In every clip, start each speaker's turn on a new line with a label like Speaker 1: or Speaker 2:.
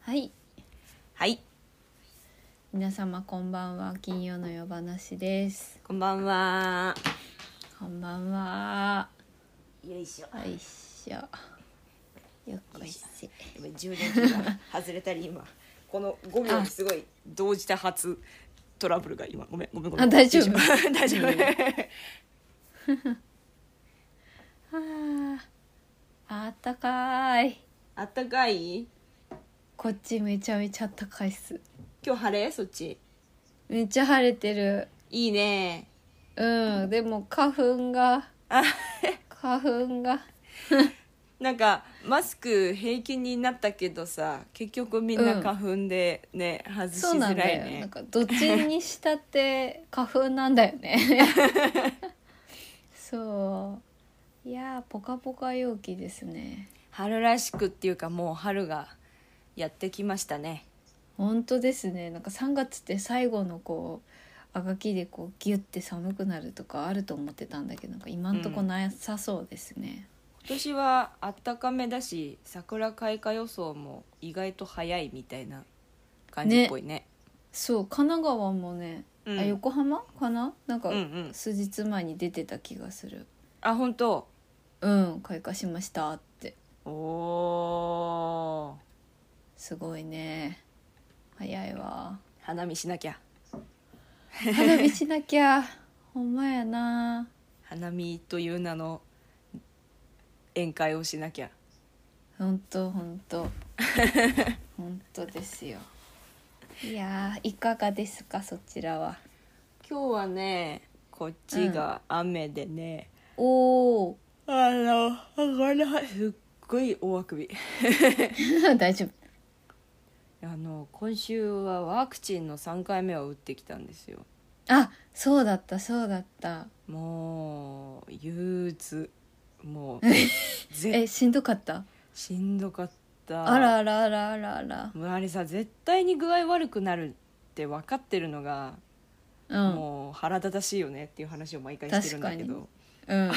Speaker 1: はい
Speaker 2: はい、
Speaker 1: 皆様こんばんは金曜の夜話です
Speaker 2: こんばんは。
Speaker 1: こんばんは
Speaker 2: よいしょ。
Speaker 1: よいしょよっこいし
Speaker 2: 今充電器が外れたり今この5秒にすごい同時多発トラブルが今ごめんごめんごめん。
Speaker 1: あ大丈夫
Speaker 2: よいしょ 大丈夫。
Speaker 1: あーあったかーい
Speaker 2: あったかい？
Speaker 1: こっちめちゃめちゃあったかいっす
Speaker 2: 今日晴れ？そっち？
Speaker 1: めっちゃ晴れてる
Speaker 2: いいね。
Speaker 1: うんでも花粉が
Speaker 2: あ
Speaker 1: 花粉が
Speaker 2: なんかマスク平均になったけどさ結局みんな花粉でね、外し
Speaker 1: そうな
Speaker 2: づら
Speaker 1: ん
Speaker 2: い
Speaker 1: だよ、なん
Speaker 2: ね
Speaker 1: かどっちにしたって花粉なんだよ ねそういやーポカポカ陽気ですね
Speaker 2: 春らしくっていうかもう春がやってきましたね
Speaker 1: 本当ですねなんか3月って最後のこうあがきでこうギュッて寒くなるとかあると思ってたんだけどなんか今んとこなさそうですね、
Speaker 2: 今年はあったかめだし桜開花予想も意外と早いみたいな感じっぽいね
Speaker 1: そう神奈川もね、
Speaker 2: うん、
Speaker 1: あ横浜かななんか
Speaker 2: うんうん
Speaker 1: 数日前に出てた気がする
Speaker 2: あ本当
Speaker 1: うん開花しましたって
Speaker 2: おー
Speaker 1: すごいね早いわ
Speaker 2: 花見しなきゃ
Speaker 1: 花火しなきゃほんまやな
Speaker 2: 花見という名の宴会をしなきゃ
Speaker 1: ほんとほん とほんとですよいやーいかがですかそちらは
Speaker 2: 今日はねこっちが雨でね、
Speaker 1: おお
Speaker 2: あのあこれすっごい大あくび
Speaker 1: 大丈夫
Speaker 2: あの今週はワクチンの3回目を打ってきたんですよ
Speaker 1: あそうだったそうだった
Speaker 2: もう憂鬱もう ぜ
Speaker 1: えしんどかった
Speaker 2: しんどかった
Speaker 1: あらあらあらあらあら
Speaker 2: もうあれさ絶対に具合悪くなるって分かってるのが、
Speaker 1: うん
Speaker 2: もう腹立たしいよねっていう話を毎回してるんだけ
Speaker 1: 確か
Speaker 2: ど
Speaker 1: うんうん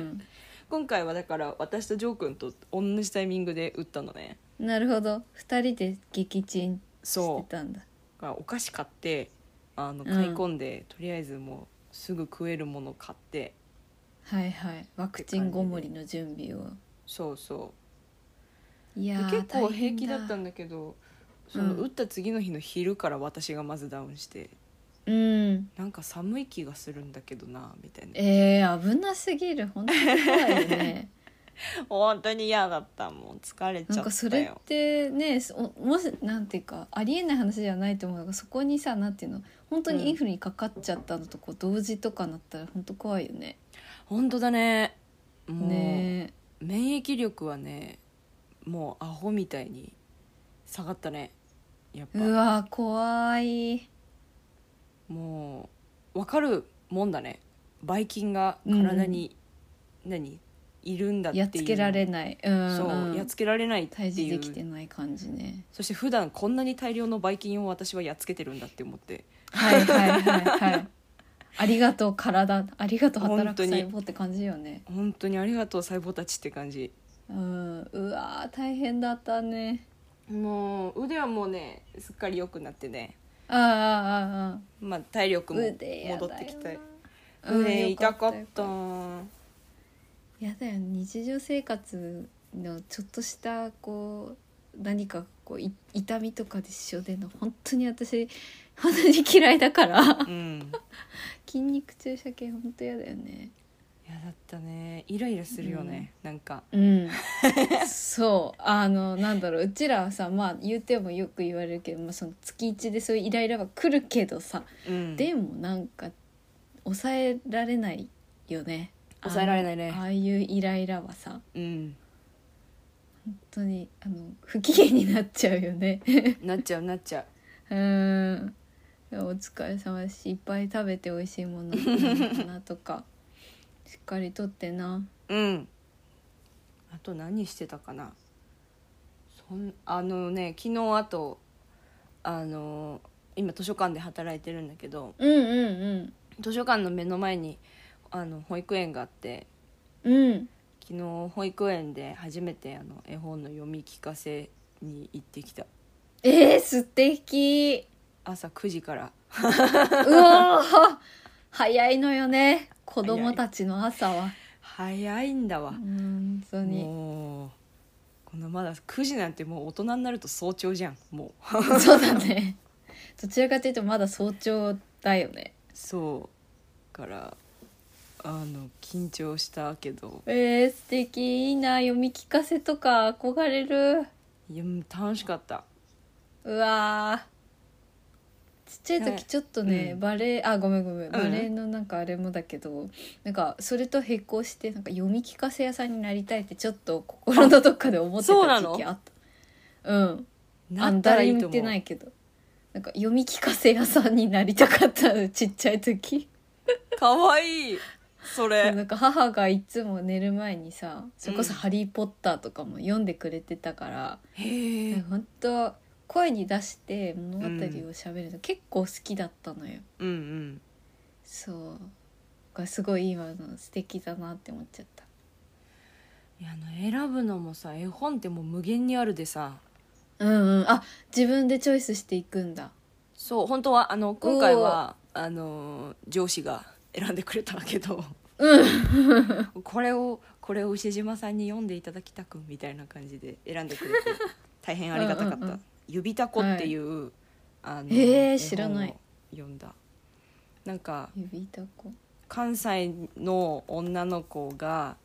Speaker 1: うん
Speaker 2: 今回はだから私とジョー君と同じタイミングで打ったのね
Speaker 1: なるほど2人で撃沈して
Speaker 2: そう
Speaker 1: たんだ
Speaker 2: だからお菓子買ってあの
Speaker 1: ん
Speaker 2: 買い込んで、とりあえずもうすぐ食えるもの買って
Speaker 1: はいはいワクチンごもりの準備を
Speaker 2: そうそう
Speaker 1: いや
Speaker 2: で
Speaker 1: ー
Speaker 2: 結構
Speaker 1: 大
Speaker 2: 平
Speaker 1: 変
Speaker 2: 気だったんだけどその
Speaker 1: うん
Speaker 2: 打った次の日の昼から私がまずダウンして、
Speaker 1: うん
Speaker 2: なんか寒い気がするんだけどなみたいな
Speaker 1: えー、危なすぎる本当に怖いよ ね
Speaker 2: 本当に嫌だったもう疲れちゃったよ
Speaker 1: なんかそれってねおもしなんていうかありえない話じゃないと思うがそこにさなんていうの本当にインフルにかかっちゃったのとこう同時とかなったら本当怖いよね。
Speaker 2: 本当だねもう
Speaker 1: ね
Speaker 2: 免疫力はねもうアホみたいに下がったねやっ
Speaker 1: えう
Speaker 2: ぱ
Speaker 1: わ怖い
Speaker 2: もう分かるもんだねばい菌が体に、何いるんだっていう
Speaker 1: やっつけられないうん
Speaker 2: そう、
Speaker 1: ん
Speaker 2: やっつけられないって
Speaker 1: 対峙
Speaker 2: い
Speaker 1: で
Speaker 2: う
Speaker 1: きてない感じね。
Speaker 2: そして普段こんなに大量のばい菌を私はやっつけてるんだって思って
Speaker 1: はいはいはいはい。 ありがとう体ありがとう働
Speaker 2: 本当
Speaker 1: く
Speaker 2: に
Speaker 1: 細胞って感じよね。
Speaker 2: 本当にありがとう細胞たちって感じ
Speaker 1: うんうわー大変だったね。
Speaker 2: もう腕はもうねすっかり良くなってね
Speaker 1: ああああああ。
Speaker 2: まあ体力も戻
Speaker 1: 腕やだよな
Speaker 2: ってきた
Speaker 1: うん
Speaker 2: 腕痛かった
Speaker 1: よやだよ日常生活のちょっとしたこう何かこうい痛みとかで一緒での本当に私本当に嫌いだから
Speaker 2: うん
Speaker 1: 筋肉注射系本当やだよね
Speaker 2: 嫌だったねイライラするよね、なんか
Speaker 1: うんそうあのなんだろううちらはさまあ言ってもよく言われるけど、まあ、その月一でそういうイライラは来るけどさ、
Speaker 2: うん
Speaker 1: でもなんか抑えられないよね
Speaker 2: 抑えられない
Speaker 1: あのあ
Speaker 2: ね
Speaker 1: あいうイライラはさ
Speaker 2: うん
Speaker 1: 本当にあの不機嫌になっちゃうよね
Speaker 2: なっちゃうなっちゃ
Speaker 1: う
Speaker 2: う
Speaker 1: ーんお疲れ様ですいっぱい食べて美味しいものなのかなと かしっかりとってな
Speaker 2: うんあと何してたかなそんあのね昨日あとあの今図書館で働いてるんだけど
Speaker 1: うんうん
Speaker 2: 図書館の目の前にあの保育園があって
Speaker 1: うんうん
Speaker 2: 昨日保育園で初めてあの絵本の読み聞かせに行ってきた
Speaker 1: えー、素敵
Speaker 2: 朝9時から
Speaker 1: うわー早いのよね子供たちの朝は
Speaker 2: 早いんだわ、
Speaker 1: 本当に
Speaker 2: もうこのまだ9時なんてもう大人になると早朝じゃんもう
Speaker 1: そうだねどちらかというとまだ早朝だよね
Speaker 2: そうからあの緊張したけど
Speaker 1: えー、素敵いいな読み聞かせとか憧れる
Speaker 2: いやもう楽しかった
Speaker 1: うわーちっちゃい
Speaker 2: はい
Speaker 1: 時ちょっとね、
Speaker 2: うん
Speaker 1: バレエあごめんごめん、
Speaker 2: ん
Speaker 1: バレエのなんかあれもだけどなんかそれと並行してなんか読み聞かせ屋さんになりたいってちょっと心のどっかで思ってた
Speaker 2: そうなの
Speaker 1: 時期あったうん
Speaker 2: な
Speaker 1: あ
Speaker 2: っ
Speaker 1: ん
Speaker 2: たら
Speaker 1: 誰
Speaker 2: いい
Speaker 1: に
Speaker 2: と
Speaker 1: も言って
Speaker 2: 思う
Speaker 1: ないけどなんか読み聞かせ屋さんになりたかったのちっちゃい時
Speaker 2: かわいいそ
Speaker 1: な
Speaker 2: れ
Speaker 1: んか母がいつも寝る前にさそれこそ「
Speaker 2: うん
Speaker 1: ハリー・ポッター」とかも読んでくれてたから、
Speaker 2: へ
Speaker 1: なん
Speaker 2: え
Speaker 1: か本当声に出して物語を喋るの結構好きだったのよ、
Speaker 2: うんうん
Speaker 1: そうがすごい今の素敵だなって思っちゃった
Speaker 2: いやあの選ぶのもさ絵本ってもう無限にあるでさ
Speaker 1: うんうんあ自分でチョイスしていくんだ
Speaker 2: そう本当はあの今回はあの上司が選んでくれたけど、 これをこれを牛島さんに読んでいただきたくみたいな感じで選んでくれて大変ありがたかった「
Speaker 1: うんうんうん
Speaker 2: ゆびたこ」っていう、あの
Speaker 1: へー
Speaker 2: 絵本を
Speaker 1: 知らない
Speaker 2: 読んだなんか
Speaker 1: 指たこ
Speaker 2: 関西の女の子が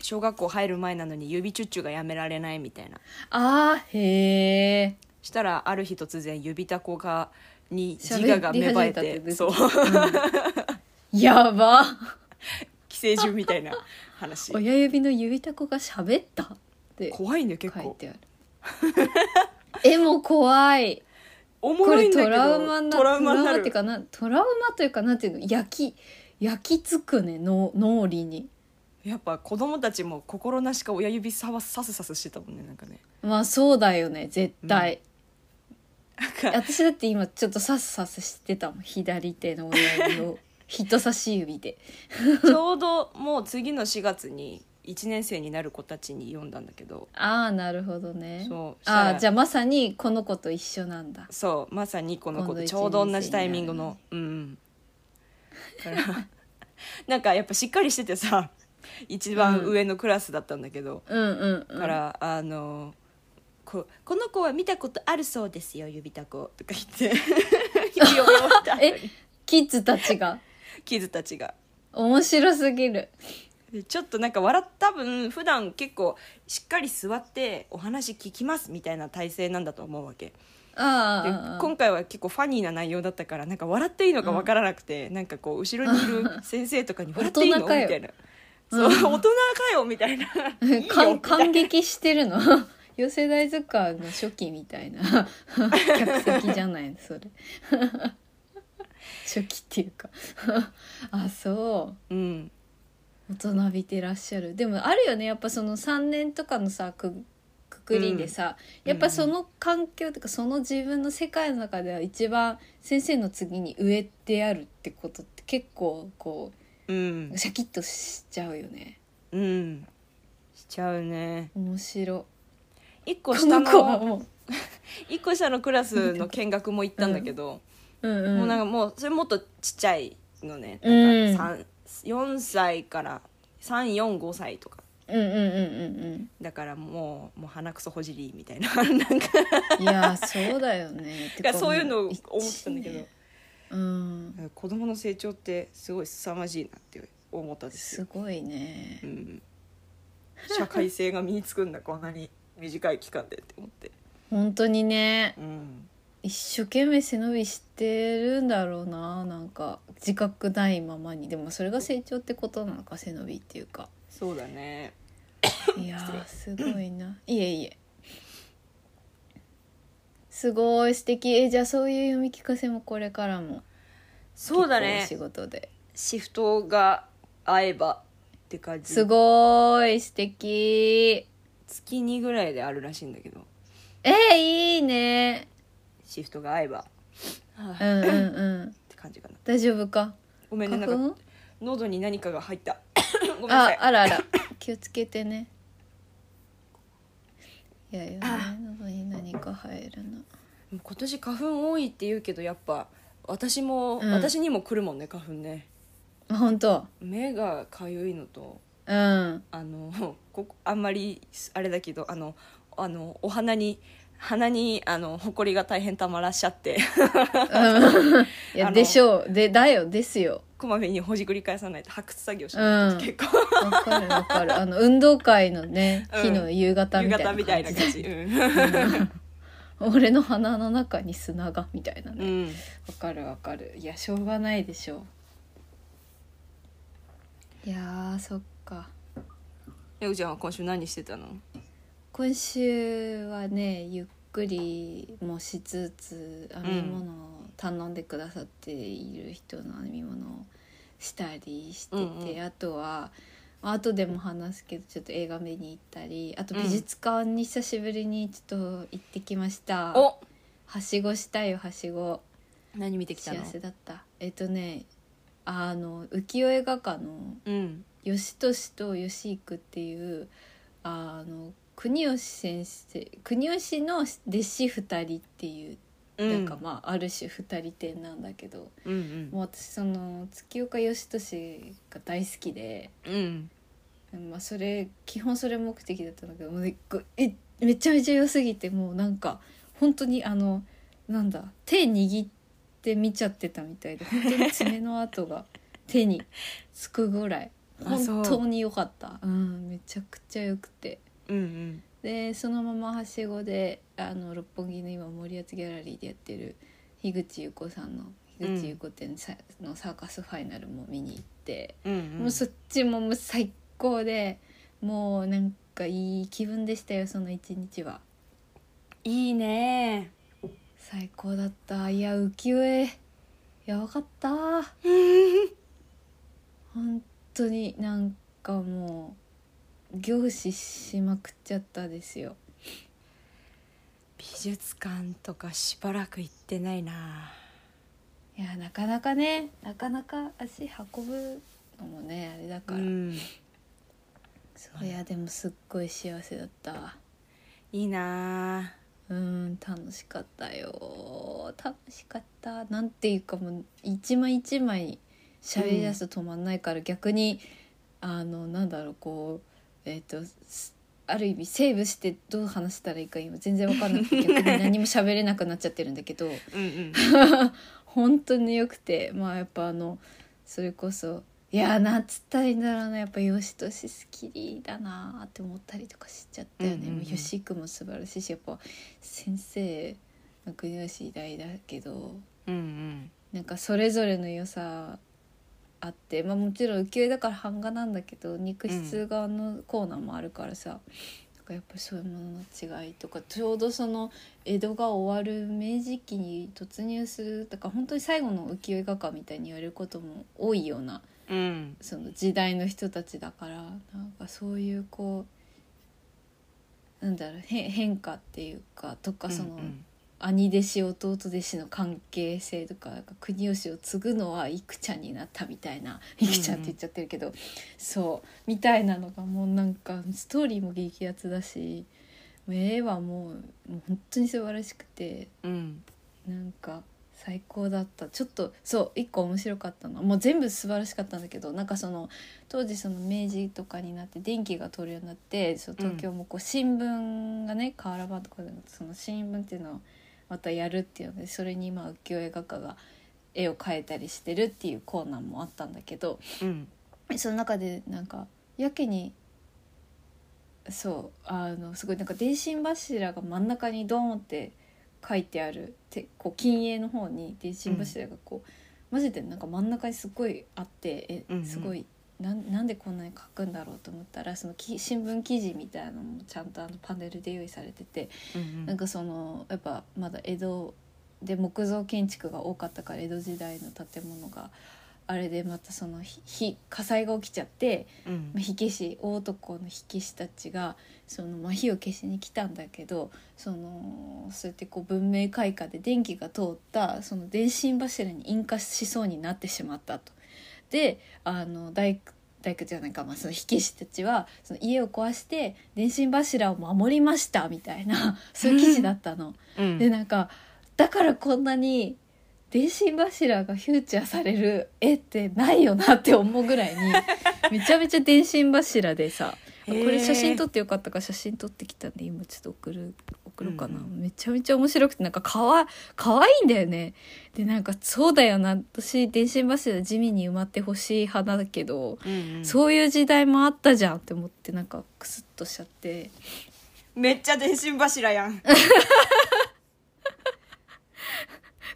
Speaker 2: 小学校入る前なのに指チュッチュがやめられないみたいな
Speaker 1: あーへえ
Speaker 2: したらある日突然指たこがに自我が芽生え
Speaker 1: 喋り始めたって
Speaker 2: て
Speaker 1: 出て
Speaker 2: そう
Speaker 1: や ば
Speaker 2: 寄生獣みたいな 話
Speaker 1: 親指の指たこが喋ったって
Speaker 2: 怖いんだよ結
Speaker 1: 書い
Speaker 2: 構
Speaker 1: てある絵も怖い
Speaker 2: おも
Speaker 1: こ
Speaker 2: ろ
Speaker 1: れ
Speaker 2: いんだ
Speaker 1: ト
Speaker 2: けど
Speaker 1: ラウマな
Speaker 2: トラウマに
Speaker 1: ト
Speaker 2: な
Speaker 1: ラウマっ
Speaker 2: る
Speaker 1: ていうかなトラウマというかなんていうの焼き焼き付くねの脳裏に
Speaker 2: やっぱ子供たちも心なしか親指さわさすさすしてたもんねなんかね
Speaker 1: まあそうだよね絶対、
Speaker 2: なんか
Speaker 1: 私だって今ちょっとサスサスしてたもん左手の親指 を人差し指で
Speaker 2: ちょうどもう次の4月に1年生になる子たちに読んだんだけど
Speaker 1: ああなるほどね
Speaker 2: そうしたら
Speaker 1: ああじゃあまさにこの子と一緒なんだ
Speaker 2: そうまさにこの子
Speaker 1: 今度
Speaker 2: とちょうど同じ
Speaker 1: 1
Speaker 2: タイミングのうんうんからなんかやっぱしっかりしててさ一番上のクラスだったんだけど、
Speaker 1: うんうんうん
Speaker 2: からあのこ「この子は見たことあるそうですよ指たこ」とか言 って指を折った後に
Speaker 1: キッズたちが
Speaker 2: キズたちが。
Speaker 1: 面白すぎる
Speaker 2: でちょっとなんか笑っ多分普段結構しっかり座ってお話聞きますみたいな体勢なんだと思うわけで
Speaker 1: ああああ
Speaker 2: 今回は結構ファニーな内容だったからなんか笑っていいのかわからなくて、なんかこう後ろにいる先生とかに笑っていいの
Speaker 1: 大
Speaker 2: み
Speaker 1: 人か
Speaker 2: た
Speaker 1: よ
Speaker 2: いな。そう、大人かよみたいないいよみたい
Speaker 1: 感
Speaker 2: な
Speaker 1: 感激してるの 寄せ大図鑑の初期みたいな客席じゃないそれ 初期っていうか あそ
Speaker 2: うん
Speaker 1: う大人びてらっしゃるでもあるよねやっぱその3年とかのさくくくりでさ、
Speaker 2: うん
Speaker 1: やっぱその環境とかその自分の世界の中では一番先生の次に上であるってことって結構こ
Speaker 2: うん
Speaker 1: うシャキッとしちゃうよね
Speaker 2: うんしちゃうね
Speaker 1: 面白
Speaker 2: 一個
Speaker 1: こ
Speaker 2: 下
Speaker 1: の子は
Speaker 2: の
Speaker 1: もう
Speaker 2: 一個下のクラスの見学も行ったんだけど、
Speaker 1: うんうん、
Speaker 2: もうなんかもうそれもっとちっちゃいのね
Speaker 1: うん
Speaker 2: なんか三4歳から345歳とか
Speaker 1: うんうんうんうん
Speaker 2: だからもうもう鼻くそほじりみたいな なんか
Speaker 1: うん。いやーそうだよ ね。てか
Speaker 2: そういうのを
Speaker 1: も
Speaker 2: 思ってたんだけ
Speaker 1: 一
Speaker 2: ど
Speaker 1: 年うん。
Speaker 2: 子供の成長ってすごい凄まじいなって思ったんです
Speaker 1: す
Speaker 2: よ、
Speaker 1: ごいね
Speaker 2: う。ん、社会性が身につくんだこんなに短い期間でって思って、
Speaker 1: 本当にね
Speaker 2: うん、
Speaker 1: 一生懸命背伸びしてるんだろうななんか自覚ないままにでもそれが成長ってことなのか背伸びっていう か。
Speaker 2: そうだね
Speaker 1: いやーすごいな。いえいえ。すごい素敵えじゃあそういう読み聞かせもこれからも
Speaker 2: そう
Speaker 1: 結構お
Speaker 2: だね
Speaker 1: 仕事で
Speaker 2: シフトが合えばって感じ
Speaker 1: すごーい素敵
Speaker 2: 月2ぐらいであるらしいんだけど
Speaker 1: えー、いいね
Speaker 2: シフトが合えば、は
Speaker 1: う
Speaker 2: あっ
Speaker 1: んうんうん
Speaker 2: て感じかな
Speaker 1: 大丈夫か
Speaker 2: ごめんね
Speaker 1: 花
Speaker 2: なんか
Speaker 1: 粉
Speaker 2: 喉に何かが入ったごめんなさ
Speaker 1: あ
Speaker 2: い
Speaker 1: あらあら 気をつけてねいやいやね喉に何か入るの
Speaker 2: 今年花粉多いって言うけどやっぱ私も、
Speaker 1: うん
Speaker 2: 私にも来るもんね花粉ね
Speaker 1: あ本当
Speaker 2: 目がかゆいのと
Speaker 1: うん
Speaker 2: あの ここあんまりあれだけどあのあのお花に鼻にあのほこりが大変たまらっしゃって
Speaker 1: うんい
Speaker 2: あ
Speaker 1: や
Speaker 2: の
Speaker 1: でしょうでだよですよ
Speaker 2: こまめにほじくり返さないと発掘作業しないと
Speaker 1: うん
Speaker 2: 結構、
Speaker 1: わかるわかるあの運動会のね
Speaker 2: うん
Speaker 1: 日の夕方
Speaker 2: 夕
Speaker 1: みたいな感
Speaker 2: 方
Speaker 1: じ
Speaker 2: みたいな感じ、
Speaker 1: 俺の鼻の中に砂がみたいな
Speaker 2: う
Speaker 1: ね
Speaker 2: ん、うん
Speaker 1: わかるわかるいやしょうがないでしょういやーそっか
Speaker 2: えうちゃんは今週何してたの
Speaker 1: 今週はねゆっくりもしつつ編み物を頼んでくださっている人の編み物をしたりしてて、
Speaker 2: うんうん
Speaker 1: あとはまあ後でも話すけどちょっと映画見に行ったりあと
Speaker 2: うん
Speaker 1: 美術館に久しぶりにちょっと行ってきました、
Speaker 2: お
Speaker 1: はしごしたよはしご
Speaker 2: 何見てきた
Speaker 1: 幸
Speaker 2: の
Speaker 1: せだったえっとねあの浮世絵画家の
Speaker 2: うん
Speaker 1: 義俊と義幾っていうあの国吉先生国吉の弟子2人っていう、
Speaker 2: うん
Speaker 1: なんかまあある種2人展なんだけど
Speaker 2: うんうん
Speaker 1: もう私その月岡義俊が大好きで、
Speaker 2: うん
Speaker 1: まあ、それ基本それ目的だったんだけどもうねこうえめちゃめちゃ良すぎてもうなんか本当にあのなんだ手握って見ちゃってたみたいで本当に爪の跡が手につくぐらい
Speaker 2: あそう
Speaker 1: 本当に良かったうんめちゃくちゃ良くて
Speaker 2: うんうん
Speaker 1: でそのままはしごであの六本木の今森保ギャラリーでやってる樋口優子さんの樋口優子展さのサーカスファイナルも見に行って。
Speaker 2: うん
Speaker 1: もうそっちももう最高でもうなんかいい気分でしたよその一日はい
Speaker 2: いね
Speaker 1: 最高だったいや浮世絵やばかった 本当になんかもう凝視しまくっちゃったですよ
Speaker 2: 美術館とかしばらく行ってないない
Speaker 1: やなかなかねなかなか足運ぶのもねあれだから、
Speaker 2: うん
Speaker 1: そういやでもすっごい幸せだった
Speaker 2: いいな
Speaker 1: うーん楽しかったよ楽しかったなんていうかもう一枚一枚喋り出すと止まんないから、逆にあのなんだろうこうえっ、とすある意味セーブしてどう話したらいいか今全然わかんなくて逆に何も喋れなくなっちゃってるんだけど
Speaker 2: うんうん
Speaker 1: 本当によくてまあやっぱあのそれこそいやーなんつったらいいんだろうなやっぱよしとし好きりだなーって思ったりとかしちゃったよね、
Speaker 2: うんうんうん
Speaker 1: もうよしいくも素晴らしいしやっぱ先生の国吉偉大だけど
Speaker 2: うんうん
Speaker 1: なんかそれぞれの良さあってまあもちろん浮世絵だから版画なんだけど肉質側のコーナーもあるからさ、なんかやっぱりそういうものの違いとかちょうどその江戸が終わる明治期に突入するだから本当に最後の浮世絵画家みたいに言われることも多いような
Speaker 2: うん
Speaker 1: その時代の人たちだからなんかそういうこうなんだろうへ変化っていうかとかその。
Speaker 2: うん
Speaker 1: 兄弟子弟弟子の関係性とかなんか国吉を継ぐのはイクちゃんになったみたいなイクちゃんって言っちゃってるけど、そうみたいなのがもうなんかストーリーも激アツだしもう絵はもうもう本当に素晴らしくて
Speaker 2: うん
Speaker 1: なんか最高だったちょっとそう一個面白かったのはもう全部素晴らしかったんだけどなんかその当時その明治とかになって電気が通るようになってそう東京もこう新聞がね瓦版とかでもその新聞っていうのをまたやるっていうのでそれにまあ浮世絵画家が絵を描いたりしてるっていうコーナーもあったんだけど
Speaker 2: うん
Speaker 1: その中でなんかやけにそうあのすごいなんか電信柱が真ん中にドーンって書いてあるてこう金鋭の方に電信柱がこう、マジでなんか真ん中にすごいあって
Speaker 2: うんう
Speaker 1: え
Speaker 2: ん
Speaker 1: すごい、なんなんでこんなに書くんだろうと思ったらそのき新聞記事みたいなのもちゃんとあのパネルで用意されてて
Speaker 2: うん
Speaker 1: なんかそのやっぱまだ江戸で木造建築が多かったから江戸時代の建物があれでまたそのひひ火災が起きちゃって、
Speaker 2: うん
Speaker 1: まあ、火消し大男の火消したちがその、まあ、火を消しに来たんだけどそのそうやってこう文明開化で電気が通ったその電信柱に引火しそうになってしまったと。であの大工大工じゃないか、まあ、その火消したちはその家を壊して電信柱を守りましたみたいなそういう記事だったの。
Speaker 2: うん
Speaker 1: でなんかだからこんなに電信柱がフューチャーされる絵ってないよなって思うぐらい にめちゃめちゃ電信柱でさ、あこれ写真撮ってよかったから写真撮ってきたんで今ちょっと送る送ろうかな、
Speaker 2: うん
Speaker 1: めちゃめちゃ面白くてなんかかわかわいいんだよねでなんかそうだよな私電信柱地味に埋まってほしい派だけど、
Speaker 2: うんうん
Speaker 1: そういう時代もあったじゃんって思ってなんかクスッとしちゃって
Speaker 2: めっちゃ電信柱やん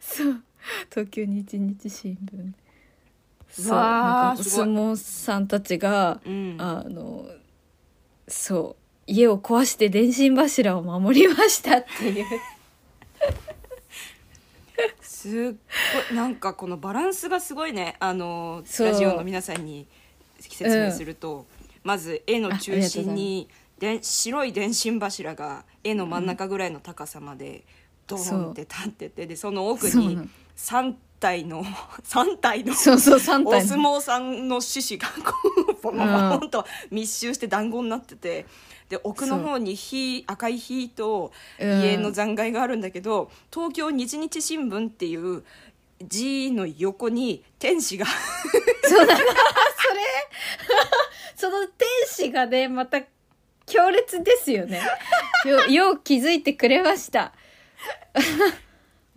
Speaker 1: そう東京日日新聞そう
Speaker 2: わ
Speaker 1: な
Speaker 2: あ
Speaker 1: んかお
Speaker 2: すご
Speaker 1: 相
Speaker 2: い
Speaker 1: 撲さんたちが
Speaker 2: うん
Speaker 1: あのそう家を壊して電信柱を守りましたっていう
Speaker 2: すっごいなんかこのバランスがすごいねあの
Speaker 1: そう
Speaker 2: ラジオの皆さんに説明すると、まず絵の中心にで白い電信柱が絵の真ん中ぐらいの高さまでドーンって立っててでその奥
Speaker 1: そうな
Speaker 2: に
Speaker 1: の
Speaker 2: 3体の 三体の
Speaker 1: そうそう3
Speaker 2: お
Speaker 1: 体
Speaker 2: 相撲さんの獅子がこうボンボンボンボンと密集して団子になっててで奥の方に火赤い火と
Speaker 1: うん
Speaker 2: 家の残骸があるんだけど、東京日日新聞っていう字の横に天使 が
Speaker 1: そうだなそれ その天使がねまた強烈ですよねよよう気づいてくれました あ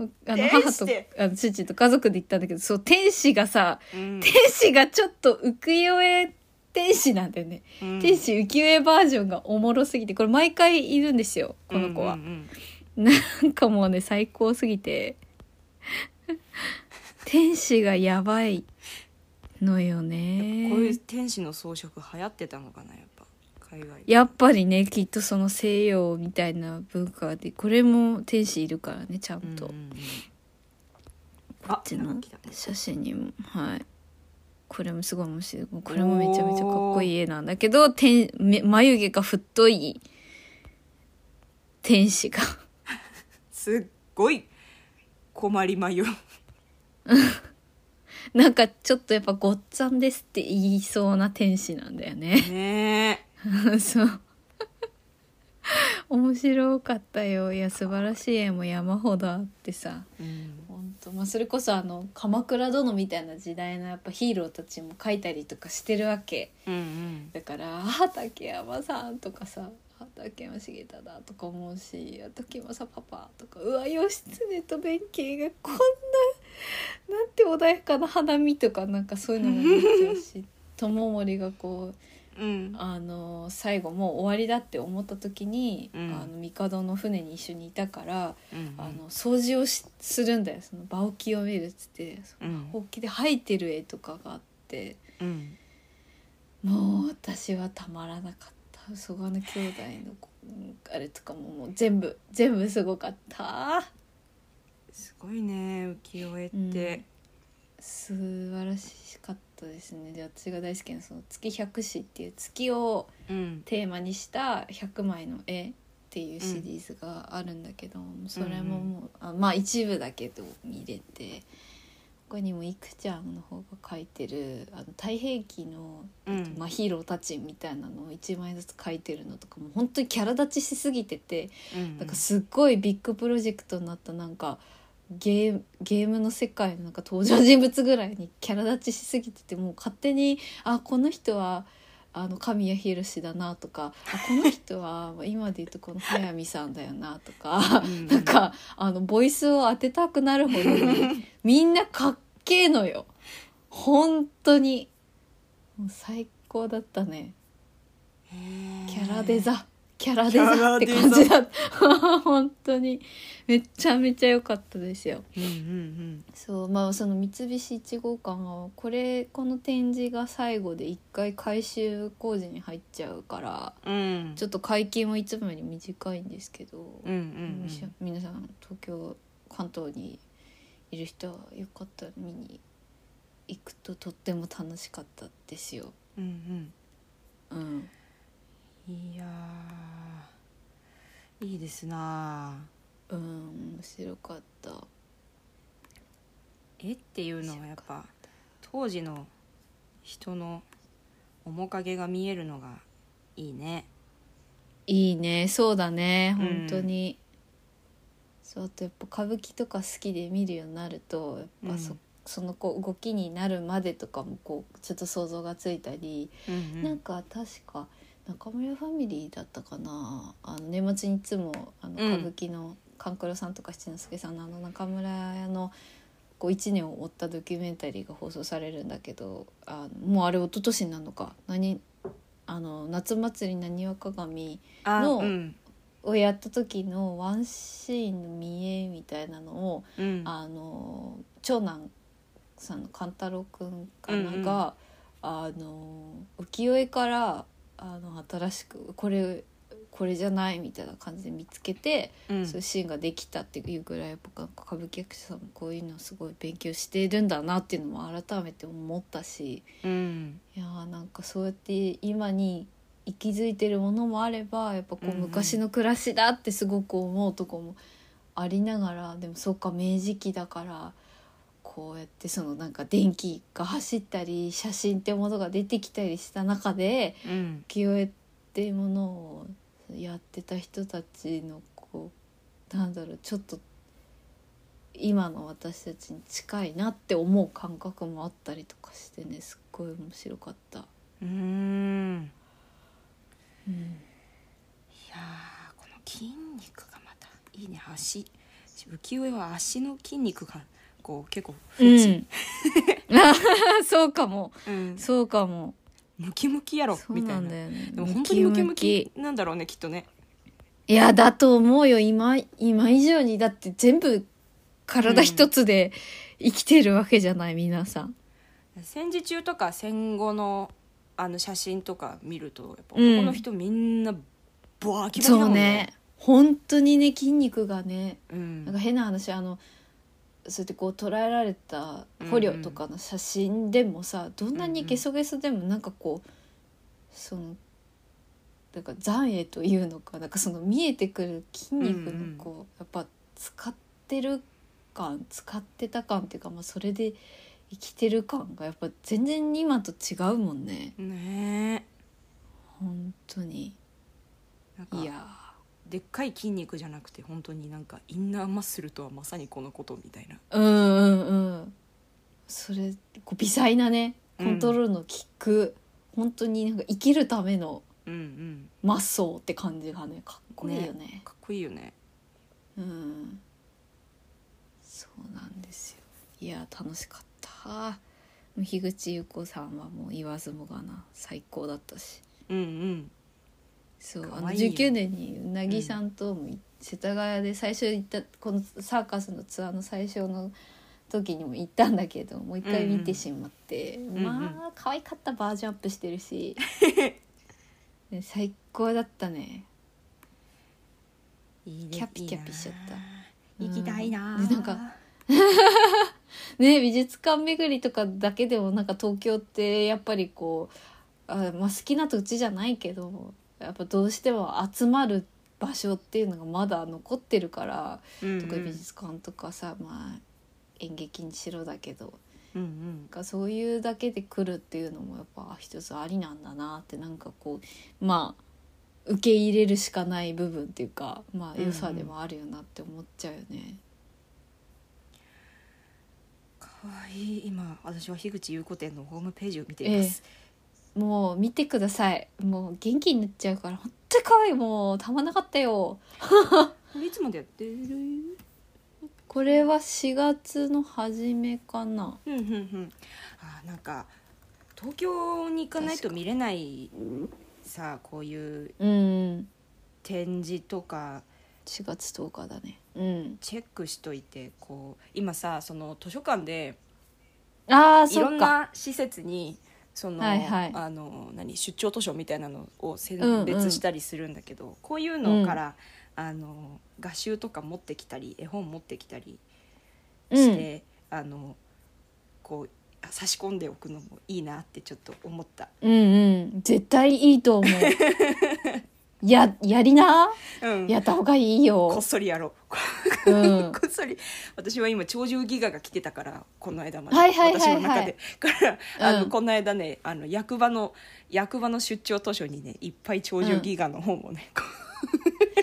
Speaker 1: の
Speaker 2: 天
Speaker 1: 母
Speaker 2: 使
Speaker 1: と
Speaker 2: って
Speaker 1: あの父と家族で行ったんだけどそう天使がさ
Speaker 2: うん
Speaker 1: 天使がちょっと浮世絵天使なんだよね、
Speaker 2: うん
Speaker 1: 天使浮世絵バージョンがおもろすぎてこれ毎回いるんですよこの子は、
Speaker 2: うんうん
Speaker 1: なんかもうね最高すぎて天使がやばいのよ
Speaker 2: うんこういう
Speaker 1: ね
Speaker 2: 天使の装飾流行ってたのかなやっぱ海外
Speaker 1: やっぱりねきっとその西洋みたいな文化でこれも天使いるからねちゃん
Speaker 2: うんうん
Speaker 1: と、
Speaker 2: うん
Speaker 1: こっち
Speaker 2: あな
Speaker 1: の
Speaker 2: んか来た
Speaker 1: 写真にもはいこれもすごい面白いもうこれもめちゃめちゃかっこいい絵なんだけど天め眉毛が太い天使が
Speaker 2: すっごい困りまよ
Speaker 1: なんかちょっとやっぱごっつぁんですって言いそうな天使なんだよね
Speaker 2: ねえ
Speaker 1: そう面白かったよいや素晴らしい絵も山ほどあってさ
Speaker 2: うん
Speaker 1: 本当まあそれこそあの「鎌倉殿」みたいな時代のやっぱヒーローたちも描いたりとかしてるわけ
Speaker 2: うんうん
Speaker 1: だからあ竹山さんとかさあ竹山重忠だとか思うしあ竹山さパパとかうわ義経と弁慶がこんななんて穏やかな花見とかなんかそういうのも見ちゃうし友森がこう
Speaker 2: うん
Speaker 1: あの最後もう終わりだって思った時に、
Speaker 2: うん
Speaker 1: あの帝の船に一緒にいたから、
Speaker 2: うん
Speaker 1: あの掃除をしするんだよその場を清めるっつって
Speaker 2: うん
Speaker 1: ほうきで吐いてる絵とかがあって
Speaker 2: うん
Speaker 1: もう私はたまらなかったそがの兄弟のこうあれとかももう全部全部すごかった
Speaker 2: すごいね浮世絵っ
Speaker 1: うん
Speaker 2: て、
Speaker 1: 素晴らしかったですねで私が大好きなその月百紙っていう月を
Speaker 2: うん
Speaker 1: テーマにした「100枚の絵」っていうシリーズがあるんだけど、それももう、あまあ一部だけど見れて他にもいくちゃんの方が描いてるあの太平記の、
Speaker 2: うん
Speaker 1: まあ、ヒーローたちみたいなのを1枚ずつ描いてるのとかも本当にキャラ立ちしすぎてて、
Speaker 2: うん
Speaker 1: なんかすっごいビッグプロジェクトになったなんか。ゲーゲームの世界のなんか登場人物ぐらいにキャラ立ちしすぎててもう勝手にあこの人はあの神谷博士だなとかあこの人は 今で言うとこの速水さんだよなとか
Speaker 2: うん
Speaker 1: なんかあのボイスを当てたくなるほ どにみんなかっけえのよ本当にもう最高だったねキャラデザキャラデザって感じだった 本当にめちゃめちゃ良かったですよ
Speaker 2: うんうん
Speaker 1: そうまあその三菱1号館はこれこの展示が最後で一回改修工事に入っちゃうから
Speaker 2: うんうん
Speaker 1: ちょっと解禁はいつもより短いんですけど、
Speaker 2: うんうんうん
Speaker 1: もし皆さん東京関東にいる人はよかったら見に行くととっても楽しかったですよ。
Speaker 2: うん
Speaker 1: うん、
Speaker 2: うんいやーいいですなあ
Speaker 1: うん、面白かった。
Speaker 2: 絵っていうのはやっぱ当時の人の面影が見えるのがいいね
Speaker 1: いいねそうだね
Speaker 2: うん
Speaker 1: 本当に、そうあとやっぱ歌舞伎とか好きで見るようになるとやっぱそ,、
Speaker 2: うん
Speaker 1: そのこう動きになるまでとかもこうちょっと想像がついたり、
Speaker 2: うん
Speaker 1: なんか確か中村ファミリーだったかなあの年末にいつもあの歌
Speaker 2: うん
Speaker 1: 舞伎の勘九郎さんとか七之助さんのあの中村屋のこう1年を追ったドキュメンタリーが放送されるんだけどあもうあれ一昨年になるのか何あの夏祭りなにわ鏡
Speaker 2: あ
Speaker 1: の
Speaker 2: うん
Speaker 1: をやった時のワンシーンの見えみたいなのを、
Speaker 2: うん、
Speaker 1: あの長男さんの勘太郎くんか
Speaker 2: う
Speaker 1: なん
Speaker 2: うん
Speaker 1: が、あの浮世絵からあの新しくこれこれじゃないみたいな感じで見つけて、
Speaker 2: うん
Speaker 1: そういうシーンができたっていうぐらいやっぱなんか歌舞伎役者さんもこういうのすごい勉強してるんだなっていうのも改めて思ったし。
Speaker 2: うん
Speaker 1: いやーなんかそうやって今に息づいてるものもあればやっぱこ
Speaker 2: うん
Speaker 1: う
Speaker 2: うん
Speaker 1: 昔の暮らしだってすごく思うとこもありながらでもそうか明治期だからこうやってそのなんか電気が走ったり写真ってものが出てきたりした中で
Speaker 2: うん
Speaker 1: 浮世絵っていうものをやってた人たちのこうなんだろうちょっと今の私たちに近いなって思う感覚もあったりとかしてねすっごい面白かった。
Speaker 2: うん
Speaker 1: うん、
Speaker 2: いやーこの筋肉がまたいいね足浮世絵は足の筋肉がこう結構フェチ、
Speaker 1: そうかも
Speaker 2: うん
Speaker 1: そうかも
Speaker 2: ムキムキやろ
Speaker 1: そう
Speaker 2: み
Speaker 1: な
Speaker 2: た
Speaker 1: いん
Speaker 2: な
Speaker 1: だよね
Speaker 2: でも本当にムキム
Speaker 1: ム
Speaker 2: キなんだろうねきっとね
Speaker 1: いやだと思うよ今今以上にだって全部体一つで生きてるわけじゃない、皆さん
Speaker 2: 戦時中とか戦後のあの写真とか見るとやっぱ
Speaker 1: うん
Speaker 2: 男の人みんなバキバキだ
Speaker 1: そ
Speaker 2: も
Speaker 1: うん
Speaker 2: ね
Speaker 1: ね,、本当にね筋肉がね
Speaker 2: うん、
Speaker 1: なんか変な話あのそうやってこう捉えられた捕虜とかの写真でもさ、どんなにゲソゲソでもなんかこうそのなんか残影というのかなんかその見えてくる筋肉のこう、やっぱ使ってる感使ってた感っていうか、まあ、それで生きてる感がやっぱ全然今と違うもんね
Speaker 2: ね
Speaker 1: 本当に
Speaker 2: えなんか
Speaker 1: いや
Speaker 2: でっかい筋肉じゃなくて本当になんかインナーマッスルとはまさにこのことみたいな
Speaker 1: うんうんうんそれこう微細なねコントロールの効く、本当になんか生きるための
Speaker 2: うんうん
Speaker 1: マッソーって感じがねかっこいいよね
Speaker 2: かっこいいよね
Speaker 1: うんそうなんですよいや楽しかったもう樋口優子さんはもう言わずもがな最高だったし
Speaker 2: うんうん
Speaker 1: そう
Speaker 2: か
Speaker 1: あ
Speaker 2: わ
Speaker 1: の
Speaker 2: いいよ
Speaker 1: 19年にうなぎさんともい世田谷で最初行ったこのサーカスのツアーの最初の時にも行ったんだけどもう一回見てしまって、
Speaker 2: ん
Speaker 1: まあ可愛かったバージョンアップしてる しね最高だったね
Speaker 2: いいね
Speaker 1: キャピキャピしちゃった
Speaker 2: いいなあ行きたいなあ、
Speaker 1: うんでなんかね美術館巡りとかだけでもなんか東京ってやっぱりこうあ、まあ、好きな土地じゃないけどやっぱどうしても集まる場所っていうのがまだ残ってるから。
Speaker 2: うんうん
Speaker 1: とか美術館とかさ、まあ演劇にしろだけどなん
Speaker 2: うんうん
Speaker 1: かそういうだけで来るっていうのもやっぱ一つありなんだなってなんかこうまあ受け入れるしかない部分っていうかまあ良さでもあるよなって思っちゃうよね。
Speaker 2: かわいい今私は樋口優子店のホームページを見ています、
Speaker 1: もう見てくださいもう元気になっちゃうから本当に可愛いもうたまんなかったよ
Speaker 2: これいつまでやってる
Speaker 1: これは4月の初めかな
Speaker 2: うんうんうんあーなんか東京に行かないと見れないさあこういう
Speaker 1: うん
Speaker 2: 展示とか
Speaker 1: 4月10日だねうん
Speaker 2: チェックしといてこう今さその図書館で
Speaker 1: ああ
Speaker 2: いろ
Speaker 1: そ
Speaker 2: ん
Speaker 1: っか
Speaker 2: な施設にその、
Speaker 1: はいはい
Speaker 2: あの何出張図書みたいなのを
Speaker 1: うんう
Speaker 2: 選
Speaker 1: ん
Speaker 2: 別したりするんだけど、こういうのから、あの画集とか持ってきたり絵本持ってきたりして、あのこう差し込んでおくのもいいなってちょっと思った。
Speaker 1: うんうん絶対いいと思う ややりな
Speaker 2: うん、
Speaker 1: やった方がいい
Speaker 2: こっ
Speaker 1: よ、
Speaker 2: そりやろう。こ
Speaker 1: うん、
Speaker 2: こっそり私は今鳥獣戯画が来てたからこの間まで、
Speaker 1: はいはいはいはい
Speaker 2: 私の中でからあの、
Speaker 1: うん
Speaker 2: この間ねあの役場の役場の出張図書にねいっぱい鳥獣戯画の本をね、こ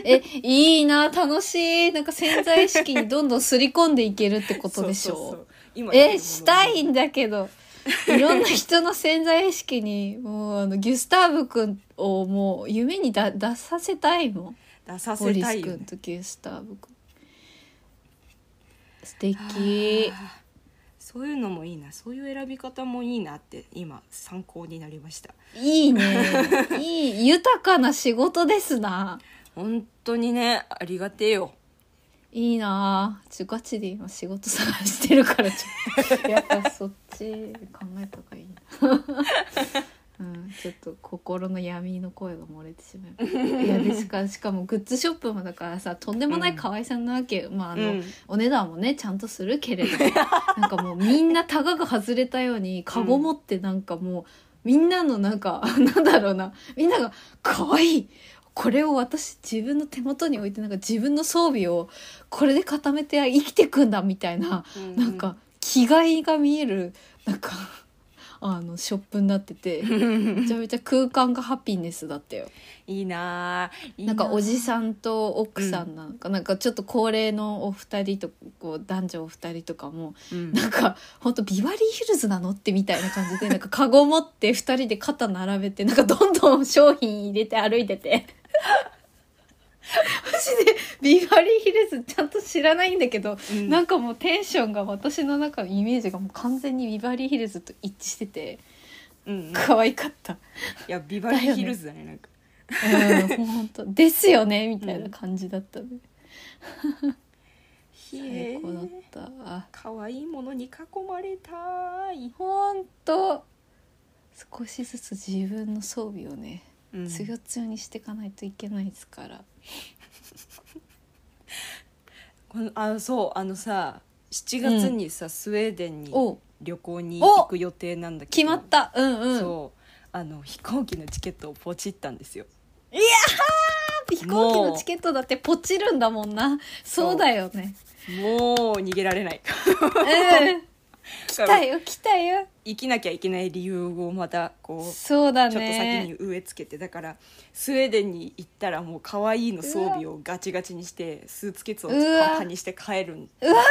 Speaker 1: えいいな楽しいなんか潜在意識にどんどんすり込んでいけるってことでしょう
Speaker 2: そうそうそう今
Speaker 1: えしたい
Speaker 2: い
Speaker 1: んだけどいろんな人の潜在意識にもうあのギュスターブ君をもう夢にだ出させたいもん
Speaker 2: 出さ
Speaker 1: ボ
Speaker 2: せ
Speaker 1: リ
Speaker 2: た
Speaker 1: ス
Speaker 2: いよ、
Speaker 1: 君
Speaker 2: ね、
Speaker 1: とギュスターブ君素敵
Speaker 2: あーそういうのもいいなそういう選び方もいいなって今参考になりました
Speaker 1: いいね いい豊かな仕事ですな
Speaker 2: 本当にねありがてえよ
Speaker 1: いいなあちょガチで今仕事探してるからちょ っとやっぱそっち考えた方がいいな、 うん、ちょっと心の闇の声が漏れてしまういやでしかしかもグッズショップもだからさとんでもない可愛さなわけ、まああの、
Speaker 2: うん
Speaker 1: お値段もねちゃんとするけれどもなんかもうみんなタガが外れたようにカゴ持ってなんかもう、みんなのなんか なんだろうなみんなが「可愛いこれを私自分の手元に置いてなんか自分の装備をこれで固めて生きてくんだみたいな、
Speaker 2: う
Speaker 1: なんか気概が見えるなんかあのショップになっててめちゃめちゃ空間がハピネスだったよ。
Speaker 2: いいなあいい
Speaker 1: なんかおじ
Speaker 2: ん
Speaker 1: さんと奥さんなのか、なんかちょっと高齢のお二人とこう男女お二人とかも、
Speaker 2: うん
Speaker 1: なんかほんとビバリーヒルズなのってみたいな感じでなんかカゴ持って二人で肩並べてなんかどんどん商品入れて歩いててマジでビバリーヒルズちゃんと知らないんだけど、
Speaker 2: うん
Speaker 1: なんかもうテンションが私の中のイメージがもう完全にビバリーヒルズと一致してて
Speaker 2: うんうんい
Speaker 1: 可愛かった。
Speaker 2: やビバリーヒルズだねなんか
Speaker 1: うん、本当ですよねみたいな感じだったね。
Speaker 2: 最
Speaker 1: 最高だった。
Speaker 2: 可愛いものに囲まれたい、
Speaker 1: ほんと少しずつ自分の装備をね、
Speaker 2: うん
Speaker 1: つよつよにしていかないといけないですから。
Speaker 2: このあそうあのさ7月にさ、スウェーデンに
Speaker 1: お
Speaker 2: 旅行に
Speaker 1: お
Speaker 2: 行く予定なんだけど
Speaker 1: 決まったうんうん。
Speaker 2: そうあの飛行機のチケットをポチったんですよ
Speaker 1: 飛行機のチケットだってポチるんだもんな。
Speaker 2: そう
Speaker 1: そうだよね。
Speaker 2: もう逃げられない
Speaker 1: うん。 来
Speaker 2: 来
Speaker 1: たよ来たよ。
Speaker 2: 生きなきゃいけない理由をまたこう
Speaker 1: そうだね。
Speaker 2: ちょっと先に植え付けてだからスウェーデンに行ったらもう可愛いの装備をガチガチにしてスーツケースをパンパンにして帰るんうわ宝箱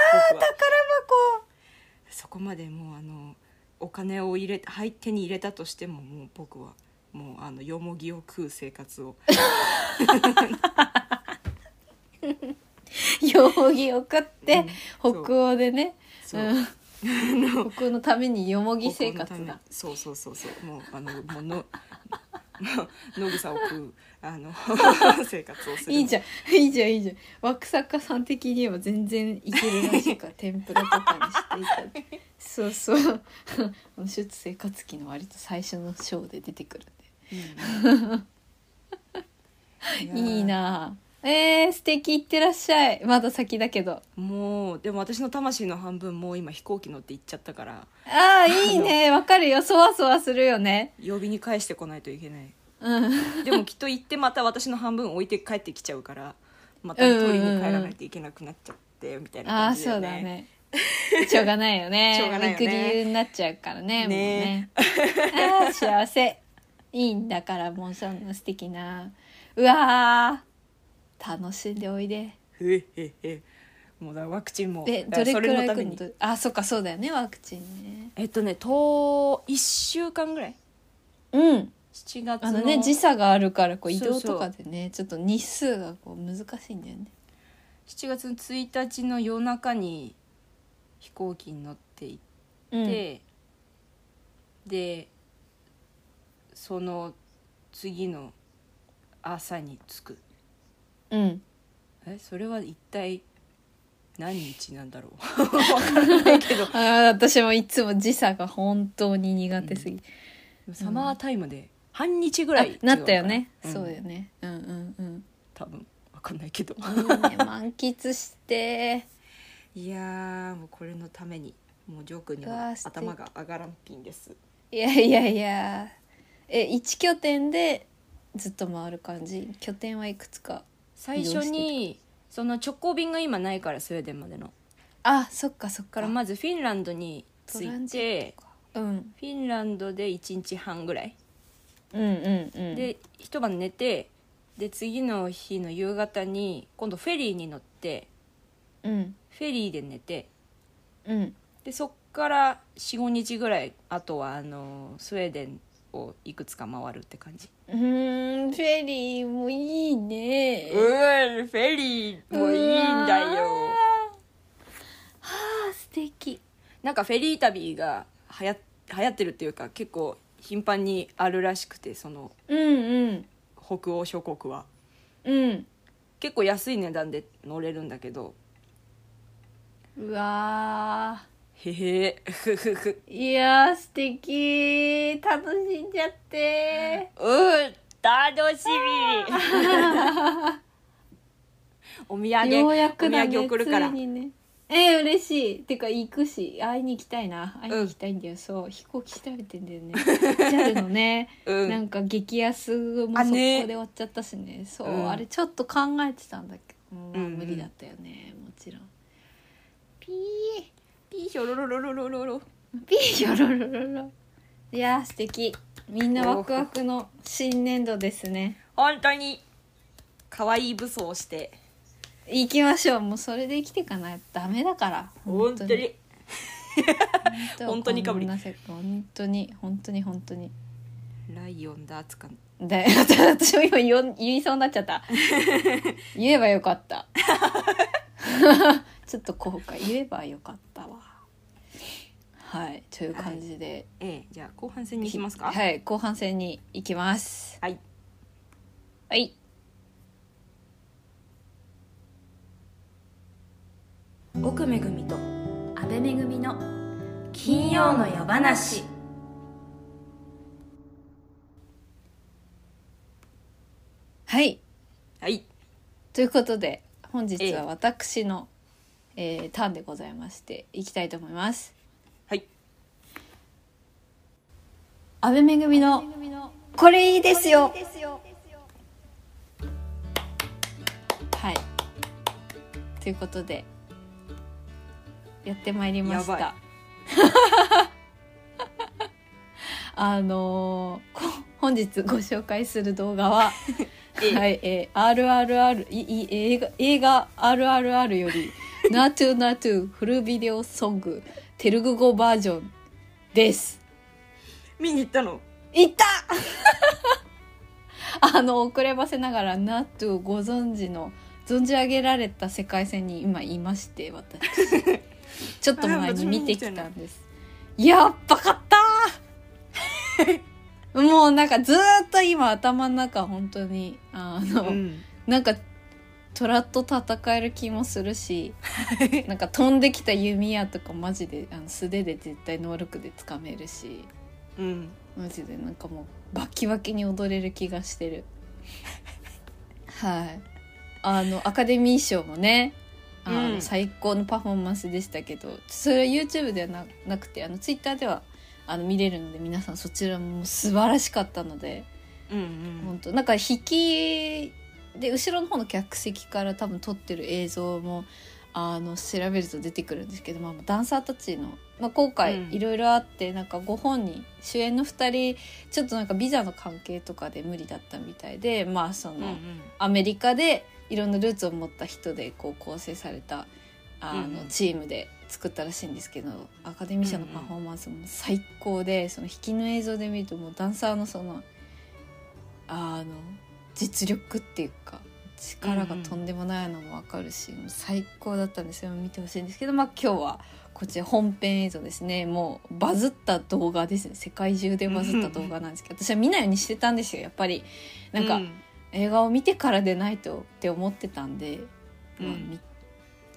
Speaker 2: そこまでもうあのお金を入れはい手に入れたとしてももう僕はもうあのよもぎを食う生活を
Speaker 1: よもぎ送って、
Speaker 2: うん
Speaker 1: 北欧でね。。
Speaker 2: そううん
Speaker 1: 北欧のためによもぎ生
Speaker 2: 僕の
Speaker 1: 活
Speaker 2: ため
Speaker 1: だ。
Speaker 2: そうそうそうそうもうあのもうのもう野草を食う あの生活をする
Speaker 1: いいじゃんいいじゃんいいじゃん枠作家さん的には全然いけるらしい から天ぷらとかにしていたそうそうシュッツ生活期の割と最初の章で出てくるんで、
Speaker 2: うん
Speaker 1: いいなあえー、素敵いってらっしゃいまだ先だけど
Speaker 2: もうでも私の魂の半分もう今飛行機乗って行っちゃったから
Speaker 1: ああいいねわかるよそわそわするよね
Speaker 2: 曜日に返してこないといけない
Speaker 1: うん
Speaker 2: でもきっと行ってまた私の半分置いて帰ってきちゃうからまた取りに帰らないといけなくなっちゃってみたいな
Speaker 1: ああ
Speaker 2: 感じ
Speaker 1: そ
Speaker 2: だ
Speaker 1: う
Speaker 2: よ
Speaker 1: だ
Speaker 2: ね
Speaker 1: ね しょうがないよね
Speaker 2: しょうがないよね
Speaker 1: 行く理由になっちゃうからね
Speaker 2: ね
Speaker 1: もうねああ 幸せいいんだからもうそんな素敵なうわー楽しんでおいで
Speaker 2: へっへっへもうだからワクチンも
Speaker 1: で
Speaker 2: だか
Speaker 1: ど
Speaker 2: ら
Speaker 1: れくら
Speaker 2: それ
Speaker 1: い
Speaker 2: のた
Speaker 1: 来
Speaker 2: め
Speaker 1: る
Speaker 2: に
Speaker 1: のあそっかそうだよねワクチンね
Speaker 2: えっとねと1週間ぐらい
Speaker 1: うん
Speaker 2: 7月の
Speaker 1: あのね時差があるからこう移動
Speaker 2: そうそ
Speaker 1: と
Speaker 2: う
Speaker 1: かでねちょっと日数がこう難しいんだよね
Speaker 2: 7月の1日の夜中に飛行機に乗って行って、でその次の朝に着く
Speaker 1: うん、うん、
Speaker 2: えそれは一体何日なんだろ うわからないけど
Speaker 1: あー私もいつも時差が本当に苦手すぎて
Speaker 2: サマータイムで半日ぐらい違う
Speaker 1: あなったよね、
Speaker 2: から
Speaker 1: そうだ
Speaker 2: ん
Speaker 1: よねうんうんうん
Speaker 2: 多分わかんないけど
Speaker 1: いい ね満喫して
Speaker 2: いやーもうこれのためにもうジョー君に
Speaker 1: うわ
Speaker 2: は
Speaker 1: ー素敵
Speaker 2: 頭が上がらんピンです
Speaker 1: いやいやいやえ一拠点でずっと回る感じ拠点はいくつか
Speaker 2: 最初にその直行便が今ないからスウェーデンまでの
Speaker 1: あそっかそっ
Speaker 2: か
Speaker 1: からら
Speaker 2: まずフィンランドに
Speaker 1: ト
Speaker 2: 着
Speaker 1: ラ
Speaker 2: い
Speaker 1: ンジッ
Speaker 2: て
Speaker 1: トかうん
Speaker 2: フィンランドで1日半ぐらい、
Speaker 1: うんうんうん
Speaker 2: で一晩寝てで次の日の夕方に今度フェリーに乗って
Speaker 1: うん
Speaker 2: フェリーで寝て
Speaker 1: うん
Speaker 2: でそっから45日ぐらいあとはあのスウェーデンをいくつか回るって感じ
Speaker 1: うーんフェリーもいいね
Speaker 2: んフェリーもいいんだ
Speaker 1: うわ
Speaker 2: よ
Speaker 1: あー素敵
Speaker 2: なんかフェリー旅がはや流行ってるっていうか結構頻繁にあるらしくてその
Speaker 1: うんうん
Speaker 2: 北欧諸国は
Speaker 1: うん
Speaker 2: 結構安い値段で乗れるんだけど
Speaker 1: うわ
Speaker 2: へへふふふ
Speaker 1: ーいやー素敵楽しんじゃって
Speaker 2: うん楽しみ お土産
Speaker 1: ようやくだ
Speaker 2: お
Speaker 1: ね
Speaker 2: 土産送るから
Speaker 1: ついにねえー、嬉しいてか行くし会いに行きたいな会いに行きたいんだよ、そう飛行機調べてんだよね JAL のね、
Speaker 2: うん
Speaker 1: なんか激安も
Speaker 2: あ
Speaker 1: そこ
Speaker 2: ね
Speaker 1: で終わっちゃったしねそう、
Speaker 2: うん
Speaker 1: あれちょっと考えてたんだけど、まあ
Speaker 2: うんうん
Speaker 1: 無理だったよねもちろんピ
Speaker 2: ピーヒョロロロロロロロ
Speaker 1: ーピーひょろろろろいやー素敵みんなワクワクの新年度ですね
Speaker 2: 本当に可愛い武装をして
Speaker 1: 行きましょうもうそれで生きていかないとダメだから
Speaker 2: 本当に本当にかぶり
Speaker 1: こんな世界本当に本当に本当に
Speaker 2: ライオンだつかん
Speaker 1: で 私も今言おう言いそうになっちゃった言えばよかった ちょっと後悔言えばよかったわはいという感じで、
Speaker 2: ええじゃあ後半戦に行きますか
Speaker 1: はい、後半戦に行きます
Speaker 2: はい
Speaker 1: はい
Speaker 2: 奥恵と
Speaker 1: 安倍恵の
Speaker 2: 金曜の夜話
Speaker 1: はい
Speaker 2: はい
Speaker 1: ということで本日
Speaker 2: ええ
Speaker 1: は私の、えーターンでございましていきたいと思います
Speaker 2: はい
Speaker 1: 安倍恵のこれいいですよはいということでやってまいりまし
Speaker 2: やばい
Speaker 1: た あのーこ本日ご紹介する動画は
Speaker 2: ええ
Speaker 1: はい、えー、RRR いい映画映画 RRR よ り「ナトゥナトゥフルビデオソングテルグ語バージョン」です
Speaker 2: 見に行ったの
Speaker 1: いた あの遅ればせながらナトゥご存知の存じ上げられた世界線に今いまして 私ちょっと前に見てきたんですやっばか ったーもうなんかずーっと今頭の中本当にあの、
Speaker 2: ん
Speaker 1: なんか虎と戦える気もするしなんか飛んできた弓矢とかマジであの素手で絶対能力でつかめるし
Speaker 2: うん
Speaker 1: マジでなんかもうバキバキに踊れる気がしてる はいあのアカデミー賞もねあの、
Speaker 2: うん
Speaker 1: 最高のパフォーマンスでしたけどそれは YouTube ではななくてあの Twitter ではあの見れるので皆さんそちらも素晴らしかったので
Speaker 2: うん
Speaker 1: 本当なんか引きで後ろの方の客席から多分撮ってる映像もあの調べると出てくるんですけど、まあ、ダンサーたちの、まあ、今
Speaker 2: うん
Speaker 1: 回いろいろあってなんかご本人主演の2人ちょっとなんかビザの関係とかで無理だったみたいでまあその、
Speaker 2: うん
Speaker 1: アメリカでいろんなルーツを持った人でこう構成されたあ
Speaker 2: うん
Speaker 1: の
Speaker 2: うん
Speaker 1: チームで作ったらしいんですけど、アカデミー賞のパフォーマンスも最高で、その引きの映像で見るともうダンサーのそのあの実力っていうか力がとんでもないのも分かるし、もう最高だったんでそれも見てほしいんですけど、まあ、今日はこちら本編映像ですねもうバズった動画ですね世界中でバズった動画なんですけど私は見ないようにしてたんですよやっぱり。なんか、
Speaker 2: うん
Speaker 1: 映画を見てからでないとって思ってたんで、まあ
Speaker 2: うん
Speaker 1: み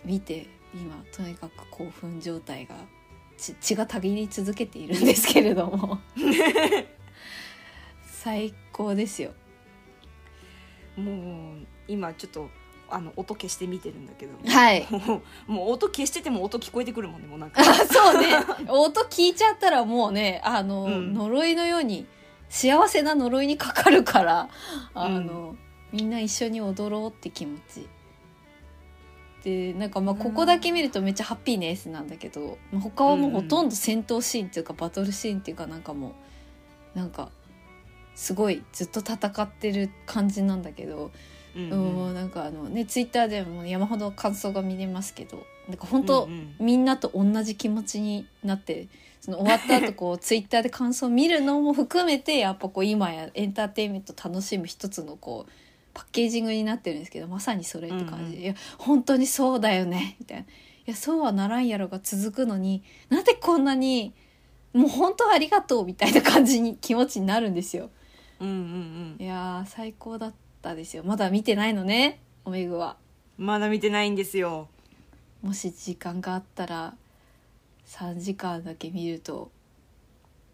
Speaker 1: 見て今とにかく興奮状態が血血がたぎり続けているんですけれども最高ですよ
Speaker 2: もう今ちょっとあの音消して見てるんだけ ど
Speaker 1: はい
Speaker 2: もうもう音消してても音聞こえてくるもんねもうなん か
Speaker 1: そうね音聞いちゃったらもうねあの、
Speaker 2: うん
Speaker 1: 呪いのように幸せな呪いにかかるからあの、みんな一緒に踊ろうって気持ちでなんかまあ
Speaker 2: うん
Speaker 1: ここだけ見るとめっちゃハッピーネスなんだけど、まあ他はもうほとんど戦闘シーンっていうかバトルシーンっていうかなんかもうなんかすごいずっと戦ってる感じなんだけど、
Speaker 2: うん
Speaker 1: うんも
Speaker 2: う
Speaker 1: うんなんかあのねツイッターでも山ほど感想が見れますけどなんか本当、
Speaker 2: うんうん
Speaker 1: みんなと同じ気持ちになってその終わった後 こうツイッターで感想を見るのも含めてやっぱこう今やエンターテインメント楽しむ一つのこうパッケージングになってるんですけどまさにそれって感じで、
Speaker 2: うんうん
Speaker 1: いや本当にそうだよねみたいな。いやそうはならんやろが続くのになんでこんなにもう本当ありがとうみたいな感じに気持ちになるんですよ
Speaker 2: うんうん
Speaker 1: いやー最高だったですよまだ見てないのねおめぐは
Speaker 2: うんまだ見てないんですよ
Speaker 1: もし時間があったら3時間だけ見ると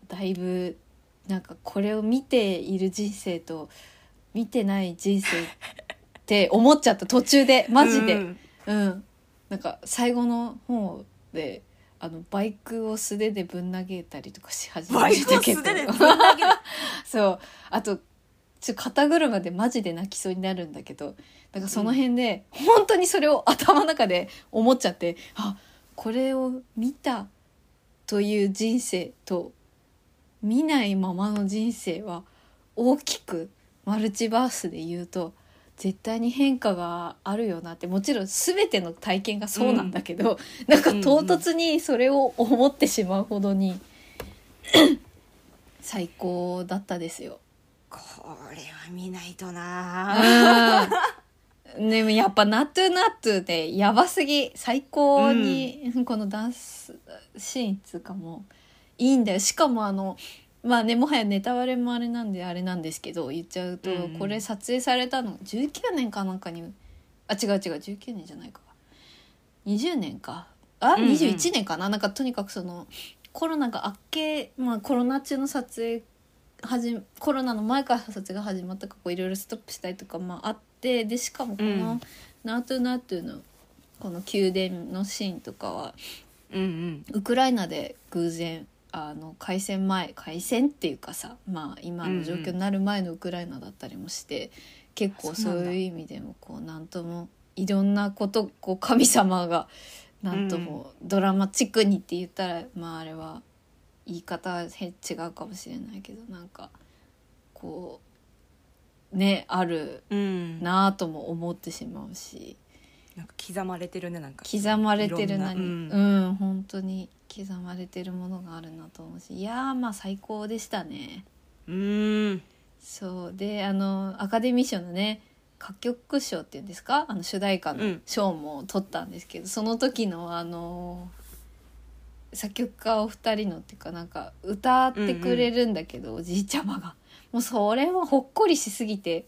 Speaker 1: だいぶなんかこれを見ている人生と見てない人生って思っちゃった途中 でマジで、
Speaker 2: うん
Speaker 1: うん、なんか最後の方であのバイクを素手でぶん投げたりとかし始め
Speaker 2: バイク
Speaker 1: た
Speaker 2: を
Speaker 1: け
Speaker 2: 素
Speaker 1: ど
Speaker 2: 手でぶん投げる
Speaker 1: そうあとちょ肩車でマジで泣きそうになるんだけどなんかその辺で、本当にそれを頭の中で思っちゃってあこれを見たという人生と見ないままの人生は大きくマルチバースで言うと絶対に変化があるよなってもちろん全ての体験がそうなんだけど、なんか唐突にそれを思ってしまうほどに、 最高だったですよ。
Speaker 2: これは見ないとな
Speaker 1: うんでもやっぱ「ナットゥナットゥ」でやばすぎ最高に、このダンスシーンっつうかもういいんだよしかもあのまあねもはやネタバレもあれなんであれなんですけど言っちゃうと、
Speaker 2: うん
Speaker 1: これ撮影されたの19年かなんかにあ違う違う19年じゃないか20年かあ
Speaker 2: うんうん
Speaker 1: 21年かな、なんかとにかくそのコロナが明け、まあ、コロナ中の撮影はじコロナの前から撮影が始まったかこういろいろストップしたりとかまああってでしかもこ
Speaker 2: うん
Speaker 1: の「ナートゥナートゥ」のこの宮殿のシーンとかは
Speaker 2: うんうん
Speaker 1: ウクライナで偶然あの開戦前開戦っていうかさまあ今の状況になる前のウクライナだったりもして、結構
Speaker 2: そう
Speaker 1: そ
Speaker 2: な
Speaker 1: うん
Speaker 2: だ
Speaker 1: いう意味でもこうなんともいろんなことこう神様がなんともドラマチックにって言ったら、まああれは言い方はへ違うかもしれないけどなんかこうねある
Speaker 2: うん
Speaker 1: な
Speaker 2: なん
Speaker 1: ぁとも思ってしまうし
Speaker 2: か刻まれてるねなんか
Speaker 1: 刻まれて
Speaker 2: いろ
Speaker 1: る
Speaker 2: んな
Speaker 1: 何うん、
Speaker 2: うん
Speaker 1: 本当に刻まれてるものがあるなと思うしいやーまあ最高でしたね。
Speaker 2: うん
Speaker 1: そうであのアカデミー賞のね歌曲賞っていうんですかあの主題歌
Speaker 2: う
Speaker 1: の
Speaker 2: ん
Speaker 1: 賞も取ったんですけど、その時のあの作曲家お二人のっていうかなんか歌ってくれるんだけど、おじいちゃまがもうそれはほっこりしすぎて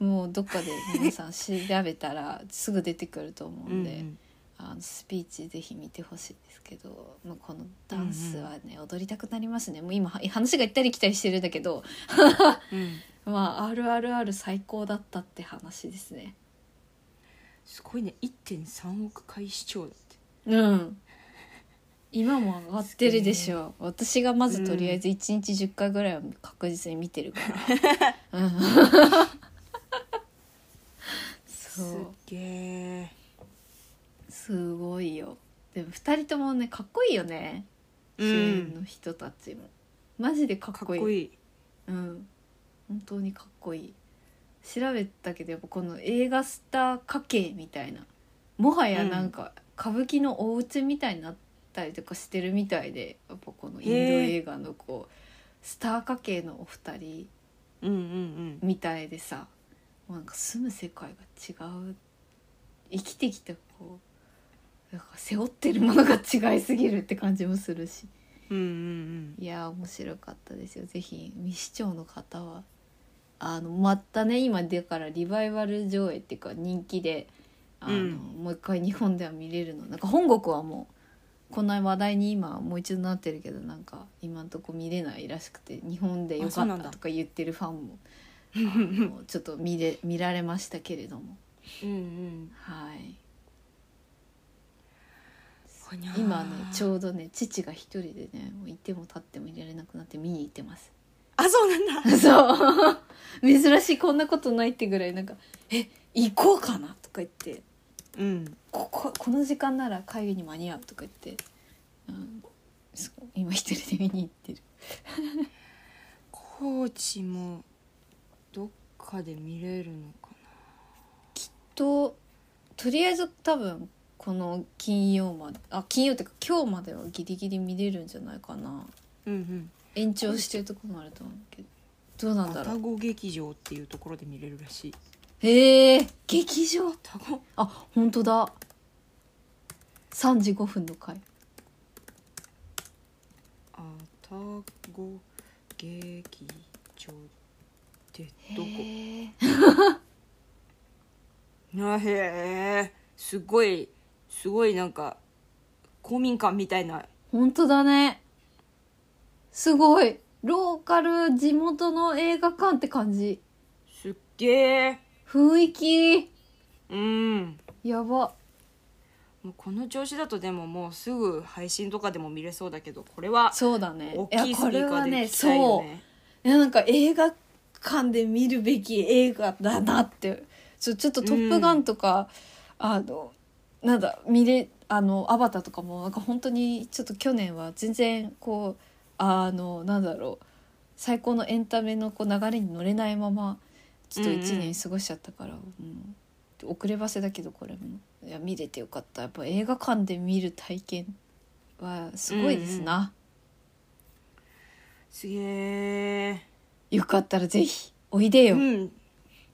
Speaker 1: もうどっかで皆さん調べたらすぐ出てくると思
Speaker 2: う
Speaker 1: うん
Speaker 2: ん
Speaker 1: で。
Speaker 2: うん
Speaker 1: あのスピーチぜひ見てほしいですけど、まあ、このダンスはね、踊りたくなりますねもう今話が行ったり来たりしてるんだけど
Speaker 2: うん
Speaker 1: まあ RRR 最高だったって話ですね
Speaker 2: すごいね1.3億回視聴だって
Speaker 1: うん今も上がってるでしょう私がまずとりあえず1日10回ぐらいは確実に見てるから、うん、
Speaker 2: す
Speaker 1: そ
Speaker 2: っ
Speaker 1: う
Speaker 2: げえ
Speaker 1: すごいよでも2人ともねかっこいいよね主演の人たちも、マジでかっ
Speaker 2: かっ
Speaker 1: こいい
Speaker 2: こいい
Speaker 1: うん本当にかっこいい調べたけどやっぱこの映画スター家系みたいなもはやなんか歌舞伎のお家みたいになったりとかしてるみたいでやっぱこのインド映画のこうスター家系のお二人
Speaker 2: うんうん
Speaker 1: みたいでさなんか住む世界が違う生きてきたこうなんか背負ってるものが違いすぎるって感じもするし
Speaker 2: うんうんうん
Speaker 1: いやー面白かったですよぜひ未視聴の方はあのまたね今だからリバイバル上映っていうか人気であの、
Speaker 2: うん
Speaker 1: もう一回日本では見れるのなんか本国はもうこんな話題に今もう一度なってるけどなんか今んとこ見れないらしくて日本でよ
Speaker 2: あそ
Speaker 1: か
Speaker 2: うな
Speaker 1: っ
Speaker 2: ん
Speaker 1: た
Speaker 2: だ
Speaker 1: とか言ってるファンも
Speaker 2: うん
Speaker 1: あのちょっと見れ見られましたけれども
Speaker 2: うんうん
Speaker 1: はい
Speaker 2: ほにゃー
Speaker 1: 今ねちょうどね父が一人でねもういても立ってもいられなくなって見に行ってます
Speaker 2: あそうなん だ
Speaker 1: そう珍しいこんなことないってぐらいなんか「え行こうかな」とか言って
Speaker 2: うん
Speaker 1: 「こここの時間なら会議に間に合う」とか言って、うん、そう今一人で見に行ってる
Speaker 2: こコーチもどっかで見れるのか
Speaker 1: ととりあえず多分この金曜まであ金曜っていうか今日まではギリギリ見れるんじゃないかな
Speaker 2: なうんうん
Speaker 1: 延長してるとこもあると思うけどどうなんだ
Speaker 2: 愛
Speaker 1: ろう
Speaker 2: 宕劇場っていうところで見れるらしい
Speaker 1: へえ劇場
Speaker 2: 愛宕
Speaker 1: あ本当だ3時5分の回
Speaker 2: 愛宕劇場ってどこ
Speaker 1: へえ
Speaker 2: あへえすごいすごいなんか公民館みたいな
Speaker 1: 本当だねすごいローカル地元の映画館って感じ
Speaker 2: すっげえ
Speaker 1: 雰囲気
Speaker 2: うん
Speaker 1: やば
Speaker 2: もうこの調子だとでももうすぐ配信とかでも見れそうだけどこれは
Speaker 1: そうだね
Speaker 2: 大きいスピーカーで聞きたい
Speaker 1: そ
Speaker 2: よ
Speaker 1: う
Speaker 2: ね
Speaker 1: いやなんか映画館で見るべき映画だなってちょちょっと「トップガン」とか、あのなんだ見れあの「アバター」とかもなんか本当にちょっと去年は全然こうあのなんだろう最高のエンタメのこう流れに乗れないままちょっと
Speaker 2: うんうん
Speaker 1: 1年過ごしちゃったから、うん遅ればせだけどこれもいや見れてよかったやっぱ映画館で見る体験はすごいですな、
Speaker 2: すげえ
Speaker 1: よかったらぜひおいでよ。
Speaker 2: うん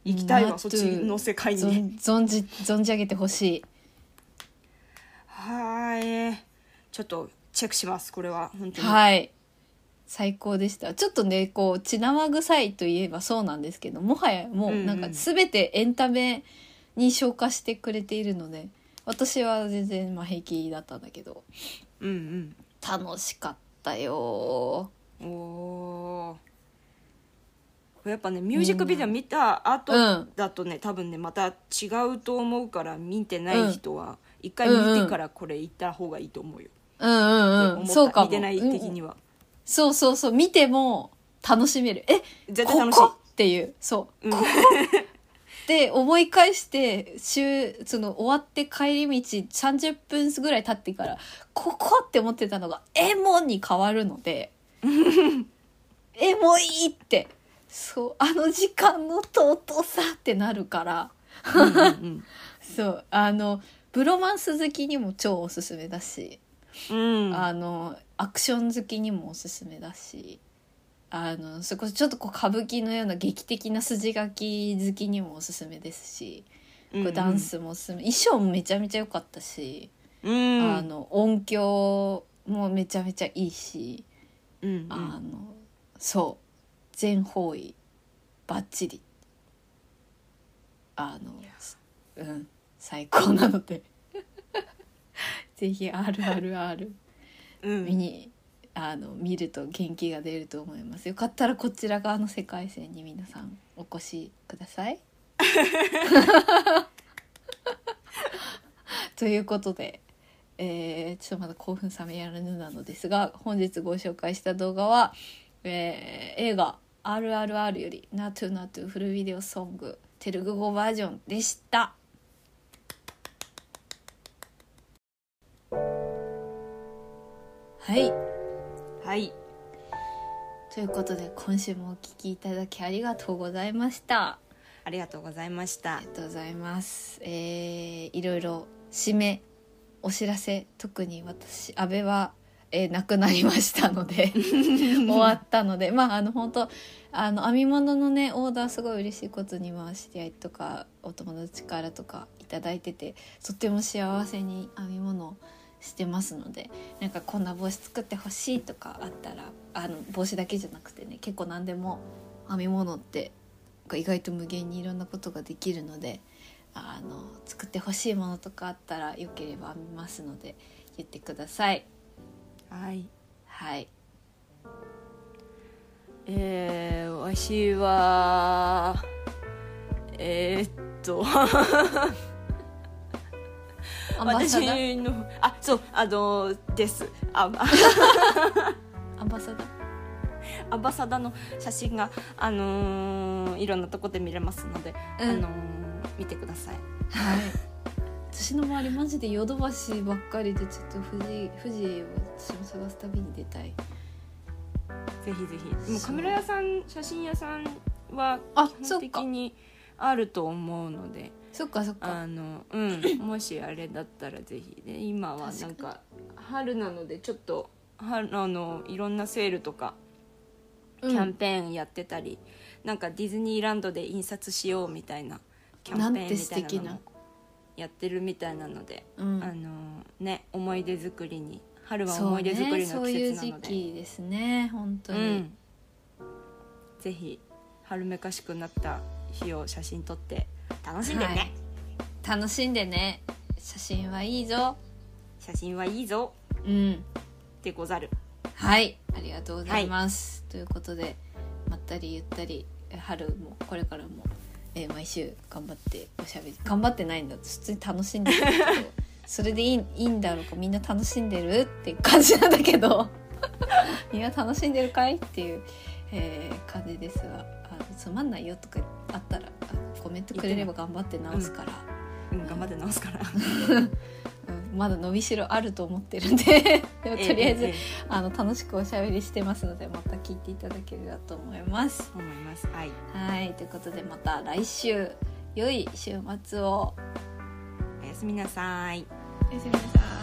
Speaker 2: 行きたい
Speaker 1: まあ
Speaker 2: わそっちの世界に
Speaker 1: 存存じ存じ上げてほしい
Speaker 2: はーいちょっとチェックしますこれは本当に
Speaker 1: はい最高でしたちょっとねこう血生臭いといえばそうなんですけどもはやもう
Speaker 2: うんうん
Speaker 1: なんか全てエンタメに消化してくれているので、私は全然まあ平気だったんだけど
Speaker 2: うん
Speaker 1: 楽しかったよ
Speaker 2: うんおーこれやっぱねミュージックビデオ見た後
Speaker 1: うん
Speaker 2: だとね多分ねまた違うと思うから見てない人は一回見てからこれ行った方がいいと思うよ、
Speaker 1: うんうんう
Speaker 2: って思
Speaker 1: ん
Speaker 2: った
Speaker 1: そうかも
Speaker 2: 見てない的に
Speaker 1: うん
Speaker 2: は、
Speaker 1: そうそうそう見ても楽しめるえ
Speaker 2: 絶対
Speaker 1: こ
Speaker 2: 楽しい
Speaker 1: こっていうそう
Speaker 2: うん
Speaker 1: で思い返して週その終わって帰り道30分ぐらい経ってからここって思ってたのが「えも」に変わるので「えもいい」ってそうあの時間の尊さってなるから
Speaker 2: うんうん
Speaker 1: そうあのブロマンス好きにも超おすすめだし、
Speaker 2: うん、うん
Speaker 1: あのアクション好きにもおすすめだし。あのそれこそちょっとこう歌舞伎のような劇的な筋書き好きにもおすすめですし、
Speaker 2: うん
Speaker 1: これダンスもす衣装もめちゃめちゃ良かったし、
Speaker 2: うん
Speaker 1: あの音響もめちゃめちゃいいし、
Speaker 2: うんうん
Speaker 1: あのそう全方位バッチリあのうん最高なので ぜひ RRR
Speaker 2: うん
Speaker 1: 見に、あの見ると元気が出ると思いますよかったらこちら側の世界線に皆さんお越しください ということで、えーちょっとまだ興奮冷めやらぬなのですが本日ご紹介した動画は、えー映画「RRR」より「ナトゥナトゥフルビデオソングテルグ語バージョン」でした。はい
Speaker 2: はい
Speaker 1: ということで今週もお聞きいただきありがとうございました
Speaker 2: ありがとうございまし
Speaker 1: あ
Speaker 2: た
Speaker 1: りがとうございますえーいろいろ締めお知らせ特に私安倍は、えー亡くなりましたので 終わったのでまああの本当あの編み物のねオーダーすごい嬉しいことには知り合いとかお友達からとかいただいててとっても幸せに編み物をしてますのでなんかこんな帽子作ってほしいとかあったらあの帽子だけじゃなくてね結構何でも編み物って意外と無限にいろんなことができるのであの作ってほしいものとかあったらよければ編みますので言ってください。
Speaker 2: はい
Speaker 1: はい、
Speaker 2: えー、わしはえー、っと
Speaker 1: アンバサダー
Speaker 2: 私のあそうあのです ああ
Speaker 1: アンバサダー
Speaker 2: アバサダの写真が、あのーいろんなとこで見れますので、
Speaker 1: うん
Speaker 2: あのー見てください
Speaker 1: はい。私の周りマジでヨドバシばっかりでちょっと富士富士を私も探す旅に出たい。
Speaker 2: ぜひぜひもう
Speaker 1: そう
Speaker 2: カメラ屋さん写真屋さんは
Speaker 1: あ
Speaker 2: 基
Speaker 1: そ
Speaker 2: 本
Speaker 1: っか
Speaker 2: 的にあると思うので
Speaker 1: そっかそっか
Speaker 2: あの、うん、もしあれだったらぜひで今はなん
Speaker 1: 確
Speaker 2: か春なのでちょっと春あのいろんなセールとかキ
Speaker 1: う
Speaker 2: ャン
Speaker 1: ん
Speaker 2: ペーンやってたり、なんかディズニーランドで印刷しようみたいなキャンペーンみた
Speaker 1: なんて素
Speaker 2: い
Speaker 1: 敵
Speaker 2: なの
Speaker 1: な
Speaker 2: もやってるみたいなので、
Speaker 1: うん
Speaker 2: あのね思い出作りに春は
Speaker 1: そ
Speaker 2: 思
Speaker 1: う
Speaker 2: い出作
Speaker 1: ね
Speaker 2: りの
Speaker 1: そう
Speaker 2: 季
Speaker 1: いう
Speaker 2: 節な
Speaker 1: 時
Speaker 2: ので、
Speaker 1: 期ですね本当に、
Speaker 2: うん、ぜひ春めかしくなった日を写真撮って楽しんでね、
Speaker 1: はい楽しんでね写真はいいぞ
Speaker 2: 写真はいいぞ
Speaker 1: うん
Speaker 2: でござる
Speaker 1: はいありがとうございます、ということでまったりゆったりえ春もこれからも、えー毎週頑張っておしゃべり頑張ってないんだ普通に楽しんでるけど それでいいいいんだろうかみんな楽しんでるっていう感じなんだけど みんな楽しんでるかいっていう、えー感じですがあのつまんないよとかあったらあコメントくれれば頑張って直すから。
Speaker 2: うん頑張って直すから
Speaker 1: うんまだ伸びしろあると思ってるんでで もと りあえず、
Speaker 2: え
Speaker 1: あの楽しくおしゃべりしてますのでまた聞いていただければと思います。
Speaker 2: 思いますはい
Speaker 1: はいということでまた来週良い週末を
Speaker 2: おやすみなさい
Speaker 1: おやすみなさい。